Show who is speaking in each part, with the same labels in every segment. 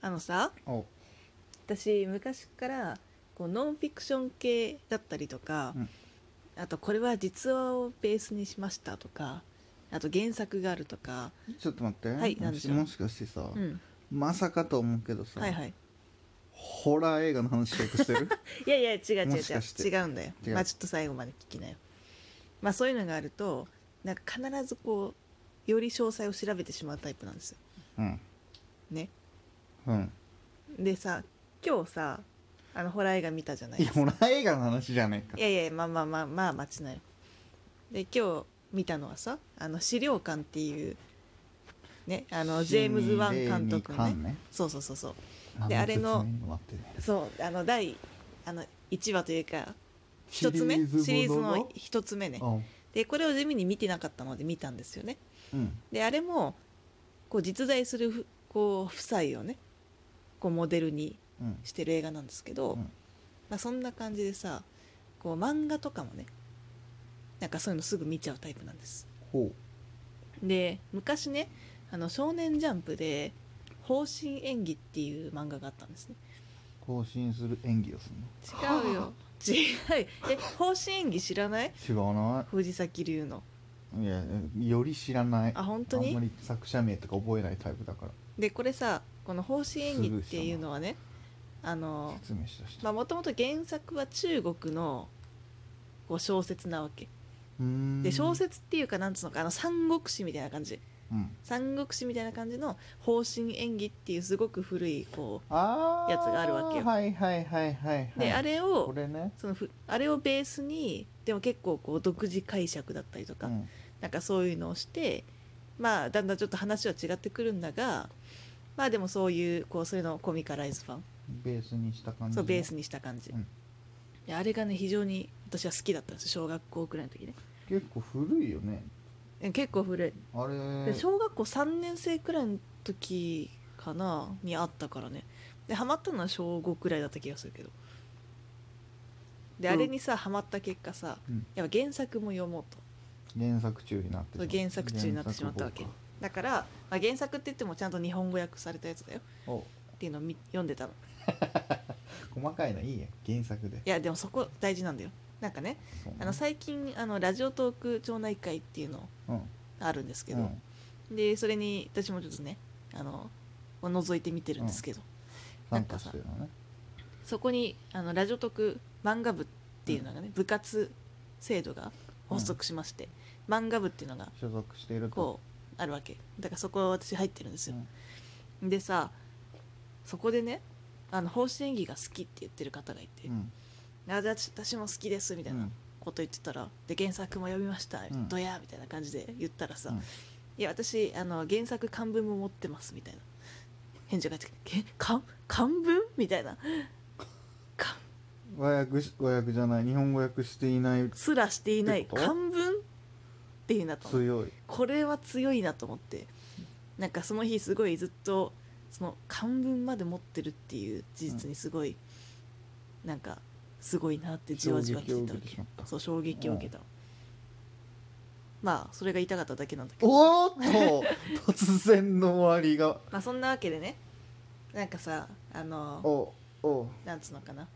Speaker 1: あのさ
Speaker 2: おう
Speaker 1: 私昔からこうノンフィクション系だったりとか、
Speaker 2: うん
Speaker 1: あとこれは実話をベースにしましたとかあと原作があるとか、
Speaker 2: ちょっと待って、
Speaker 1: はいなんでし
Speaker 2: 私
Speaker 1: ょう
Speaker 2: もしかしてさ、
Speaker 1: うん、
Speaker 2: まさかと思うけどさ、
Speaker 1: はいはい
Speaker 2: ホラー映画の話しようとし てる
Speaker 1: いやいや違う違う
Speaker 2: も
Speaker 1: 違
Speaker 2: しかして
Speaker 1: う違うんだよ
Speaker 2: 違う
Speaker 1: まあちょっと最後まで聞きなよまあそういうのがあるとなんか必ずこうより詳細を調べてしまうタイプなんですよ
Speaker 2: うん
Speaker 1: ね
Speaker 2: うん
Speaker 1: でさ今日さあのホラー映画見たじゃない
Speaker 2: い
Speaker 1: で
Speaker 2: や
Speaker 1: すか
Speaker 2: ホラー映画の話じゃねえ
Speaker 1: い
Speaker 2: か
Speaker 1: やいやまあまあまあまあ待ちなよで今日見たのはさあの資料館っていうねあのジェームズ・ワン監督のね
Speaker 2: ねね
Speaker 1: そうそうそうそう
Speaker 2: 何
Speaker 1: であれの
Speaker 2: 説明にもなってね
Speaker 1: そうあの第あの1話というか一つ目シリ
Speaker 2: もの
Speaker 1: ーズの一つ目ね
Speaker 2: おう
Speaker 1: でこれを地味に見てなかったので見たんですよね
Speaker 2: うん
Speaker 1: であれもこう実在するふこう夫妻をねこうモデルに
Speaker 2: うん
Speaker 1: してる映画なんですけど、
Speaker 2: うん
Speaker 1: まあ、そんな感じでさこう漫画とかもねなんかそういうのすぐ見ちゃうタイプなんです
Speaker 2: ほ
Speaker 1: で昔ねあの少年ジャンプで「方針演技」っていう漫画があったんですね
Speaker 2: う更新する演技をする
Speaker 1: 違うよ 違うえ方針演技知らない
Speaker 2: の違わな
Speaker 1: 藤崎龍の
Speaker 2: いいやより知らない
Speaker 1: あ本当
Speaker 2: あんま
Speaker 1: に
Speaker 2: り作者名とか覚えないタイプだから
Speaker 1: でこれさこの方針演技っていうのはねあの
Speaker 2: 説明したした、
Speaker 1: まあもともと原作は中国のこう小説なわけ
Speaker 2: うーん
Speaker 1: で小説っていうかなんつうのかあの三国志みたいな感じ
Speaker 2: うん
Speaker 1: 三国志みたいな感じの方針演技っていうすごく古いこ
Speaker 2: あー
Speaker 1: やつがあるわけよ
Speaker 2: はいはいはいはいはいう
Speaker 1: であれ
Speaker 2: こ
Speaker 1: を
Speaker 2: れね
Speaker 1: そのふあれをベースにでも結構こう独自解釈だったりとか、
Speaker 2: うん
Speaker 1: なんかそういうのをしてまあだんだんちょっと話は違ってくるんだがまあでもそういうこうそれのコミカライズファン
Speaker 2: ベースにした感じ
Speaker 1: そうベース
Speaker 2: に
Speaker 1: にした感じ、
Speaker 2: うん
Speaker 1: であれがね非常に私は好きだったんですよ小学校くらいの時ね
Speaker 2: 結構古いよね
Speaker 1: え結構古い
Speaker 2: あ
Speaker 1: で
Speaker 2: れ
Speaker 1: 小学校3年生くらいの時かなにあったからねでハマったのは小5くらいだった気がするけどで
Speaker 2: うん
Speaker 1: あれにさハマった結果さ、
Speaker 2: うん
Speaker 1: やっぱ原作も読もうと
Speaker 2: 原作中になって
Speaker 1: そう原作中になってしまったわけ
Speaker 2: 原
Speaker 1: だから、まあ、原作って言ってもちゃんと日本語訳されたやつだよ
Speaker 2: 作本か
Speaker 1: っていうのを見読んでたの
Speaker 2: お細かいのいいや原作で
Speaker 1: いやでもそこ大事なんだよなんかね
Speaker 2: そうね
Speaker 1: あの最近あのラジオトーク町内会っていうの
Speaker 2: うん
Speaker 1: あるんですけ
Speaker 2: う
Speaker 1: ど、
Speaker 2: ん
Speaker 1: でそれに私もちょっとねあの覗いて見てるんですけど、なん
Speaker 2: 参
Speaker 1: か
Speaker 2: 加
Speaker 1: さ
Speaker 2: してるのね
Speaker 1: そこにあのラジオ特漫画部っていうのがね、部活制度が発足しまして、漫画部っていうのが
Speaker 2: 所属していると
Speaker 1: こうあるわけだからそこ私入ってるんですよ、でさそこでねあの方針演技が好きって言ってる方がいて、
Speaker 2: うん
Speaker 1: あ私私も好きですみた
Speaker 2: う
Speaker 1: いなんこと言ってたら、で原作も読みました、
Speaker 2: ん
Speaker 1: どやみたいな感じで言ったらさ、
Speaker 2: うん
Speaker 1: いや私あの原作漢文も持ってますみたいな返事が返ってきてえ「漢漢文?」みたいな漢
Speaker 2: 和訳し和訳じゃない日本語訳していない
Speaker 1: すらしていない
Speaker 2: ってこと
Speaker 1: 漢文っていうなと思って
Speaker 2: 強い
Speaker 1: これは強いなと思ってなんかその日すごいずっとその漢文まで持ってるっていう事実にすごい、なんかすごいなってじわじわ聞いたわ
Speaker 2: 衝撃を受けてしまった
Speaker 1: けそう衝撃を受けた、まあそれが言いたかっただけなんだけど
Speaker 2: おーっと突然の終わりが
Speaker 1: まあそんなわけでねなんかさあの
Speaker 2: おお
Speaker 1: なんつうのかな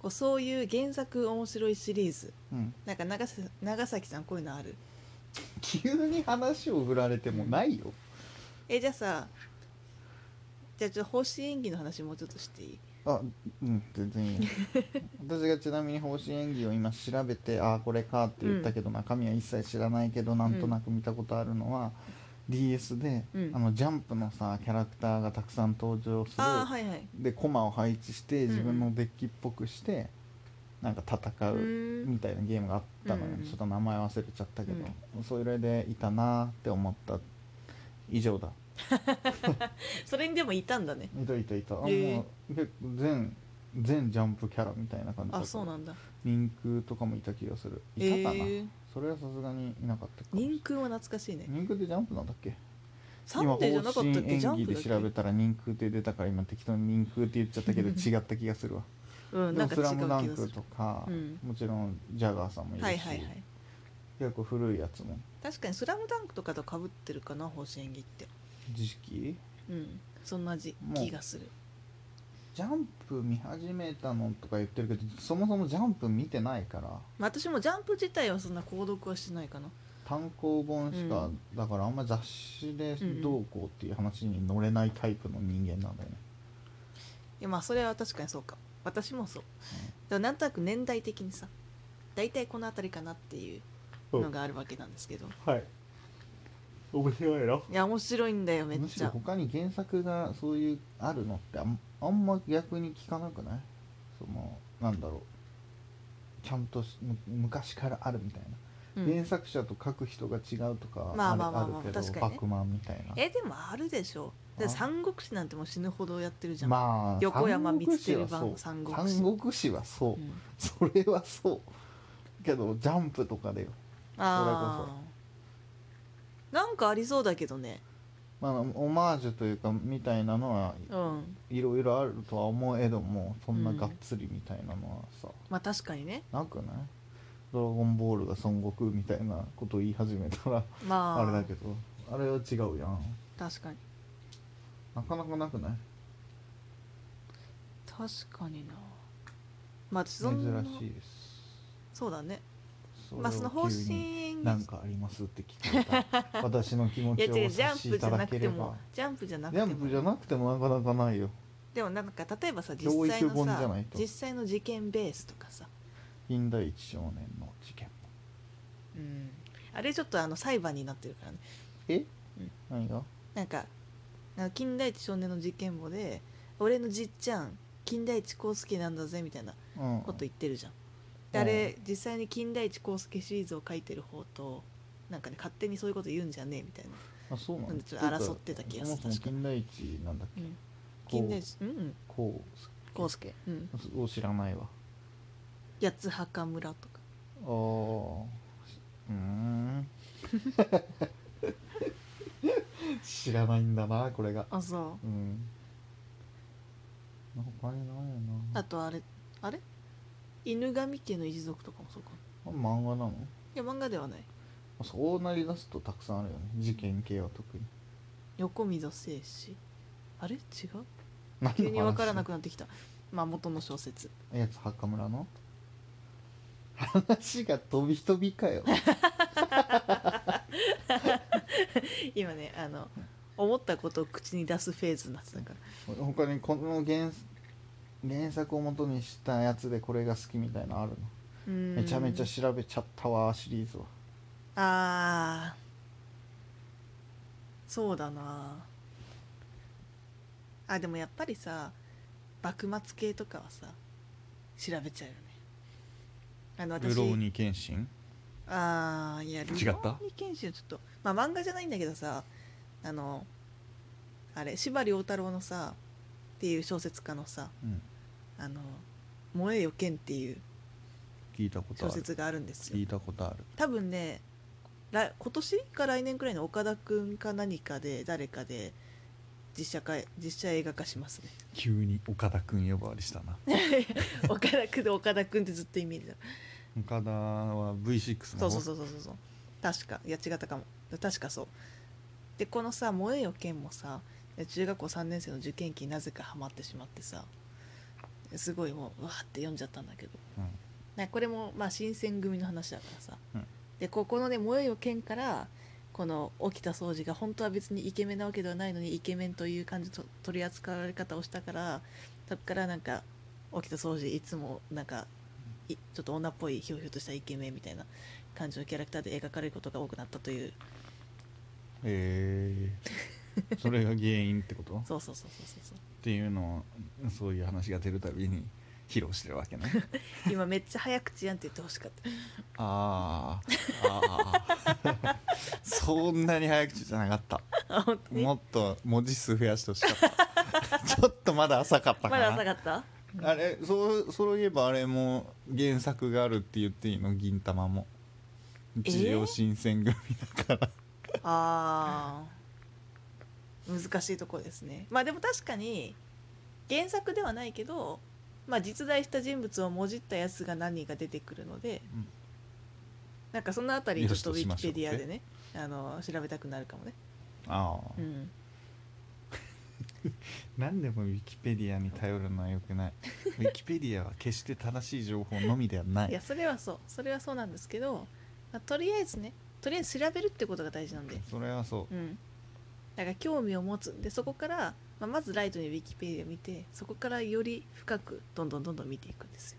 Speaker 1: こうそういう原作面白いシリーズ
Speaker 2: うん
Speaker 1: なんか長さ長崎さんこういうのある
Speaker 2: 急に話を振られてもないよ
Speaker 1: えじゃあさじゃあちょっと方針演技の話もうちょっとしていい
Speaker 2: あうん全然い いよ私がちなみに方針演技を今調べてああこれかって言ったけど、中身は一切知らないけどなんとなく見たことあるのは、DS で、
Speaker 1: うん
Speaker 2: あのジャンプのさキャラクターがたくさん登場する、
Speaker 1: ああはいはい
Speaker 2: でコマを配置して
Speaker 1: うんうん
Speaker 2: 自分のデッキっぽくして、なんか戦
Speaker 1: う
Speaker 2: う
Speaker 1: ーん
Speaker 2: みたいなゲームがあったのよ、
Speaker 1: うんうん
Speaker 2: ちょっと名前忘れちゃったけど、それでいたなーって思った以上だ
Speaker 1: それにでもいたんだね
Speaker 2: いたいたいた、あ
Speaker 1: へー
Speaker 2: もう結構全全ジャンプキャラみたいな感じだ
Speaker 1: あ
Speaker 2: から
Speaker 1: そうなんだ
Speaker 2: 人空とかもいた気がする
Speaker 1: え
Speaker 2: いたかな、
Speaker 1: ー、
Speaker 2: それはさすがにいなかったかもしれない
Speaker 1: 人空は懐かしいね
Speaker 2: 人空ってジャンプなんだっけ
Speaker 1: サンデーじゃなかったっけジャ
Speaker 2: 今方
Speaker 1: ン
Speaker 2: 針演
Speaker 1: プ
Speaker 2: 技
Speaker 1: だっ
Speaker 2: で
Speaker 1: け
Speaker 2: 調べたら人空って出たから今適当に人空って言っちゃったけど違った気がするわ
Speaker 1: うん
Speaker 2: で
Speaker 1: な
Speaker 2: も「
Speaker 1: んか
Speaker 2: ス
Speaker 1: 違う
Speaker 2: ラムダ
Speaker 1: 気
Speaker 2: ン
Speaker 1: がす
Speaker 2: ク
Speaker 1: る
Speaker 2: とか、
Speaker 1: うん
Speaker 2: もちろんジャガーさんもいるし、
Speaker 1: はいはいはい
Speaker 2: 結構古いやつも
Speaker 1: 確かに「スラムダンクとかとかぶってるかな方針演技って
Speaker 2: 時期
Speaker 1: うんそんなじ
Speaker 2: もう
Speaker 1: 気がする
Speaker 2: ジャンプ見始めたのとか言ってるけどそもそもジャンプ見てないから
Speaker 1: まあ私もジャンプ自体はそんな購読はしてないかな
Speaker 2: 単行本しか、
Speaker 1: う
Speaker 2: だからあんま雑誌でどうこうっていう話に乗れないタイプの人間なんだよね、
Speaker 1: いやまあそれは確かにそうか私もそう、でもなんとなく年代的にさ大体この辺りかなっていうのがあるわけなんですけど、
Speaker 2: はい面白いない
Speaker 1: や面白いんだよめっ
Speaker 2: むし
Speaker 1: ち
Speaker 2: ろ
Speaker 1: ゃ
Speaker 2: 他に原作がそういうあるのってあんあんま逆に聞かなくないそのなんだろうちゃんとしむ昔からあるみたいな、
Speaker 1: うん
Speaker 2: 原作者と書く人が違うとか
Speaker 1: まあ
Speaker 2: ある
Speaker 1: まあまあ
Speaker 2: あ
Speaker 1: まあ
Speaker 2: るけど
Speaker 1: 確かにね
Speaker 2: バクマンみたいな
Speaker 1: えでもあるでしょだって
Speaker 2: あ
Speaker 1: 三国志なんてもう死ぬほどやってるじゃん、
Speaker 2: まあ
Speaker 1: 横山
Speaker 2: 三
Speaker 1: 光
Speaker 2: 国志
Speaker 1: 輝
Speaker 2: はそう
Speaker 1: 版三国志
Speaker 2: 三国志はそう、
Speaker 1: うん
Speaker 2: それはそうけどジャンプとかでよ
Speaker 1: ああなんかありそうだけどね
Speaker 2: まあオマージュというかみたいなのは
Speaker 1: うん
Speaker 2: いろいろあるとは思えどもそんながっつりみたいなのはさ、
Speaker 1: まあ確かにね
Speaker 2: なくないドラゴンボールが孫悟空みたいなこと言い始めたら
Speaker 1: まあ
Speaker 2: あれだけどあれは違うやん
Speaker 1: 確かに
Speaker 2: なかなかなくない
Speaker 1: 確かになまあ私そ
Speaker 2: 珍
Speaker 1: んな
Speaker 2: しいです
Speaker 1: そうだね
Speaker 2: れを
Speaker 1: まあその方
Speaker 2: 急に
Speaker 1: 針
Speaker 2: なんかありますって聞か れた私の気持
Speaker 1: いや
Speaker 2: ちを
Speaker 1: 違
Speaker 2: お
Speaker 1: うジャ
Speaker 2: 察
Speaker 1: ンプ
Speaker 2: しい
Speaker 1: じゃ
Speaker 2: ただ
Speaker 1: なく
Speaker 2: け
Speaker 1: て
Speaker 2: れ
Speaker 1: も
Speaker 2: ば
Speaker 1: ジャンプじゃなく
Speaker 2: ジ
Speaker 1: て
Speaker 2: ャンプじゃ
Speaker 1: も
Speaker 2: なくてもなかなかないよ
Speaker 1: でもなんか例えばさ実
Speaker 2: 教
Speaker 1: 際
Speaker 2: 育
Speaker 1: の
Speaker 2: 本じゃ
Speaker 1: さ
Speaker 2: ないと
Speaker 1: 実際の事件ベースとかさ、
Speaker 2: 近代一少年の事件
Speaker 1: うん、あれちょっとあの裁判になってるからね
Speaker 2: え
Speaker 1: うん
Speaker 2: 何が
Speaker 1: なんかなんか金田一少年の事件簿で俺のじっちゃん金田一耕助なんだぜみたいな
Speaker 2: うん
Speaker 1: こと言ってるじゃん、であれ実際に金田一耕助シリーズを書いてる方となんかね勝手にそういうこと言うんじゃねえみたいな、
Speaker 2: あそうな
Speaker 1: なん
Speaker 2: ん
Speaker 1: でちょっと争ってた気がする
Speaker 2: そもそも
Speaker 1: 確か
Speaker 2: 近代一なんだっけ
Speaker 1: うん、
Speaker 2: こう
Speaker 1: 金田一うんうん
Speaker 2: こ
Speaker 1: 耕介、うん、
Speaker 2: うを知らないわ
Speaker 1: 八つ墓村とか
Speaker 2: あーうーん 知らないんだなこれが
Speaker 1: あそ
Speaker 2: うん他にないよ
Speaker 1: う
Speaker 2: な
Speaker 1: あとあれあれ犬神家の一族とかもそうか
Speaker 2: あ漫画なの
Speaker 1: いや漫画ではない
Speaker 2: そうなりだすとたくさんあるよね事件系は特に
Speaker 1: 横溝正史あれ違う急に分からなくなってきたまあ元の小説
Speaker 2: 何の話やつ墓村の話が飛び飛びかよ
Speaker 1: 今ねあの思ったことを口に出すフェーズになってたから
Speaker 2: 他にこの原原作を元にしたやつでこれが好きみたいなのあるのめ
Speaker 1: め
Speaker 2: ちゃめちゃ調べちゃったわシリーズは
Speaker 1: あーそうだなあでもやっぱりさ幕末系とかはさ調べちゃうよねあの私
Speaker 2: ニケンシン
Speaker 1: ああいやルロ
Speaker 2: 違った
Speaker 1: ーニケンシンちょっとまあ漫画じゃないんだけどさあのあれ司馬遼太郎のさっていう小説家のさ
Speaker 2: うん
Speaker 1: 「あの燃えよ剣」っていう
Speaker 2: 聞いたこ
Speaker 1: 小説があるんですよ
Speaker 2: いたことある
Speaker 1: 多分ね来今年か来年くらいの岡田君か何かで誰かで実写化実写映画化しますね
Speaker 2: 急に岡田君呼ばわりしたな
Speaker 1: 岡田君で岡田君ってずっとイメージだ
Speaker 2: 岡田は V6
Speaker 1: そうそう
Speaker 2: う
Speaker 1: そうそうそうそう確かいや違ったかも確かそうでこのさ「燃えよ剣」もさ中学校3年生の受験期になぜかハマってしまってさすごいもううわーって読んじゃったんだけどねこれもまあ新選組の話だからさ、
Speaker 2: うん
Speaker 1: でここのね萌えよ剣からこの沖田総司が本当は別にイケメンなわけではないのにイケメンという感じのと取り扱われ方をしたからそこからなんか沖田総司いつもなんかいちょっと女っぽいひょうひょうとしたイケメンみたいな感じのキャラクターで描かれることが多くなったという
Speaker 2: え ー、それが原因ってことっ
Speaker 1: そうそうそうそうそうそう
Speaker 2: ていうのをそういう話が出るたびに披露してるわ けね
Speaker 1: 今めっちゃ早口やんって言ってほしかった
Speaker 2: あーあー そんなに早口じゃなかった
Speaker 1: あ 本当に
Speaker 2: もっと文字数増やしてほし かったちょっとまだ浅かったか
Speaker 1: ま
Speaker 2: な
Speaker 1: だ浅かった
Speaker 2: あれそうそういえばあれも原作があるって言っていいの銀玉も一応新選組だから、
Speaker 1: あー難しいところですねまあでも確かに原作ではないけど、まあ、実在した人物をもじったやつが何人か出てくるので、
Speaker 2: うん
Speaker 1: なんかそのあたりちょっとウィ
Speaker 2: よしとしまし
Speaker 1: キ
Speaker 2: ょう
Speaker 1: ペディアでねあの調べたくなるかもね、
Speaker 2: ああ
Speaker 1: うん、
Speaker 2: 何でもウィキペディアに頼るのはよ くないウィキペディアは決して正しい情報のみではない
Speaker 1: や
Speaker 2: い
Speaker 1: それはそうそれはそうなんですけど、まあとりあえずねとりあえず調べるってことが大事なんで
Speaker 2: それはそう
Speaker 1: うんだから興味を持つでそこから、まあ、まずライトにウィキペディアを見てそこからより深くどんどんどんどん見ていくんですよ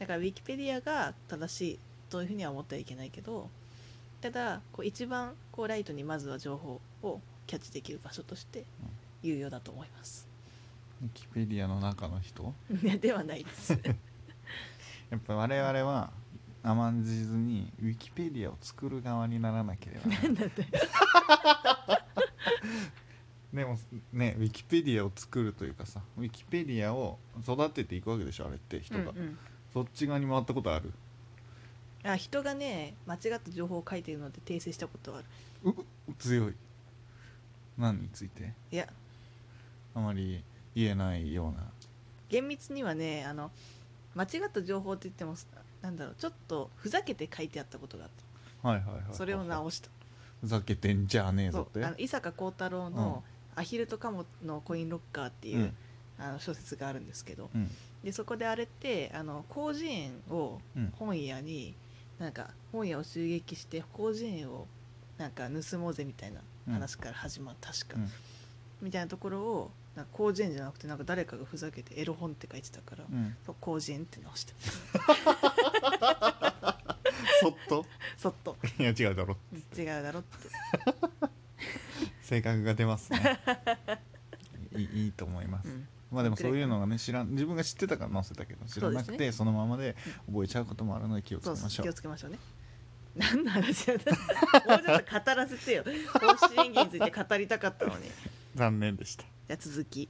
Speaker 1: だからウィキペディアが正しいというふうには思ってはいけないけどただこう一番こうライトにまずは情報をキャッチできる場所として有用だと思います、
Speaker 2: ウィキペディアの中の人
Speaker 1: いやではないです
Speaker 2: やっぱ我々は甘んじずにウィキペディアを作る側にならなければならない
Speaker 1: なんだって
Speaker 2: でもねウィキペディアを作るというかさウィキペディアを育てていくわけでしょあれって人が、
Speaker 1: うんうん
Speaker 2: そっち側に回ったことある
Speaker 1: あ人がね間違った情報を書いているので訂正したことはある
Speaker 2: う強い何について
Speaker 1: いや
Speaker 2: あまり言えないような
Speaker 1: 厳密にはねあの間違った情報って言ってもなんだろうちょっとふざけて書いてあったことがあっ
Speaker 2: はいはいはい
Speaker 1: たそれを直した
Speaker 2: ふざけてんじゃねえ
Speaker 1: そ
Speaker 2: ぞ
Speaker 1: う
Speaker 2: って
Speaker 1: あの伊坂幸太郎の「アヒルとカモのコインロッカー」っていう、
Speaker 2: うん
Speaker 1: あの小説があるんですけど
Speaker 2: うん
Speaker 1: でそこであれってあの広辞苑を
Speaker 2: うん
Speaker 1: 本屋に、なんか本屋を襲撃して広辞苑をなんか盗もうぜみたいな話から始まった、確か、
Speaker 2: うん
Speaker 1: みたいなところをなんか広辞苑じゃなくてなんか誰かがふざけてエロ本って書いてたから、
Speaker 2: うん、
Speaker 1: そう広辞苑って直して
Speaker 2: そっと
Speaker 1: そっと
Speaker 2: いや違うだろ
Speaker 1: 違うだろって
Speaker 2: 性格が出ますね いいいいと思います、
Speaker 1: うん
Speaker 2: まあでもそういうのがね知らん自分が知ってたから載せたけど知らな
Speaker 1: そ
Speaker 2: く
Speaker 1: う
Speaker 2: てそ,、
Speaker 1: です
Speaker 2: のままで覚えちゃうこともあるので気をつけ
Speaker 1: そう
Speaker 2: ましょう
Speaker 1: 気をつけましょうね何の話だったもうちょっと語らせてよ甲子園芸について語りたかったのに
Speaker 2: 残念でした
Speaker 1: じゃあ続き